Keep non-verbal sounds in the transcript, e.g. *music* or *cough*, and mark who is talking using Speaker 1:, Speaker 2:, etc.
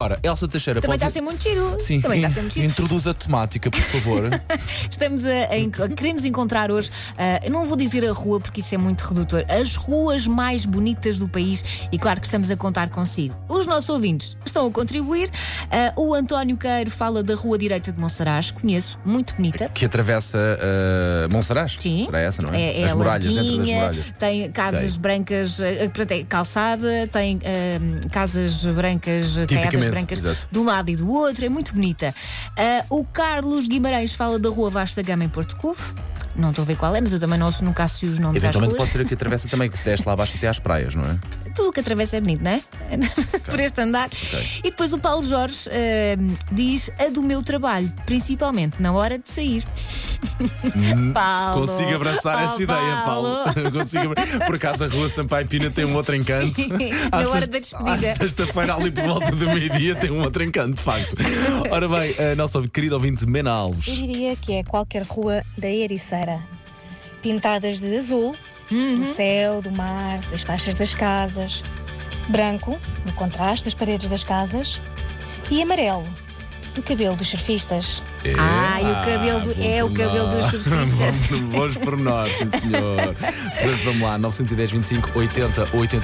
Speaker 1: Ora, Elsa Teixeira
Speaker 2: Também
Speaker 1: pode.
Speaker 2: está a ser muito giro.
Speaker 1: Sim,
Speaker 2: Também tá está a
Speaker 3: *laughs*
Speaker 1: in-
Speaker 2: ser muito giro.
Speaker 1: introduz a temática, por
Speaker 2: *laughs*
Speaker 1: favor.
Speaker 2: Estamos a, a enco- queremos encontrar hoje, ah, eu não vou dizer a rua porque isso é muito redutor, as ruas mais bonitas do país e claro que estamos a contar consigo. Os nossos ouvintes estão a contribuir. Ah, o António Queiro fala da Rua Direita de Monsaraz, conheço, muito bonita.
Speaker 3: que atravessa uh, Monsaraz.
Speaker 2: Sim.
Speaker 3: Será essa, não é?
Speaker 2: É, é
Speaker 3: As muralhas, dentro das
Speaker 2: larguinha,
Speaker 3: muralhas.
Speaker 2: tem casas
Speaker 3: Ok.
Speaker 2: brancas, eh, portanto, é calçada, tem ah, casas brancas, caiadas
Speaker 3: Tipicamente,
Speaker 2: brancas
Speaker 3: exato.
Speaker 2: de um lado e do outro, é muito bonita. Ah, o Carlos Guimarães fala da Rua Vasta Gama em Porto Covo. Não estou a ver qual é, mas eu também não, nunca associo os nomes às ruas.
Speaker 3: Eventualmente pode ser a que atravessa também, que se desce lá abaixo até às praias, não é?
Speaker 2: Tudo o que atravessa é bonito, não é? *laughs* Por este andar. E depois o Paulo Jorge eh, diz a do meu trabalho, principalmente na hora de sair. *laughs* Paulo.
Speaker 3: Hum, Consigo abraçar
Speaker 2: Oh,
Speaker 3: essa ideia,
Speaker 2: *laughs*
Speaker 3: Paulo. *laughs* Consigo... abra- Por acaso a rua Sampaio Pina tem um outro encanto.
Speaker 2: Sim,
Speaker 3: À
Speaker 2: na hora
Speaker 3: sexta-
Speaker 2: da despedida.
Speaker 3: à Sexta-feira, ali por volta do meio-dia, tem um outro encanto, de
Speaker 2: *laughs*
Speaker 3: facto. Ora bem, a nossa querida ouvinte Mena
Speaker 4: Eu
Speaker 3: Alves.
Speaker 4: diria que é qualquer rua da Ericeira, pintadas de azul, do
Speaker 2: Uhum.
Speaker 4: céu, do mar, das taxas das casas, branco, no contraste das paredes das casas, e amarelo, do cabelo dos surfistas.
Speaker 3: É. Ah,
Speaker 2: Ai, o cabelo do-
Speaker 3: bom
Speaker 2: é o
Speaker 3: pormenor. *laughs*
Speaker 2: cabelo dos é surfistas. *laughs*
Speaker 3: Bom- Bons pormenores, sim senhor. Mas vamos lá, 910, 25, 80, 81.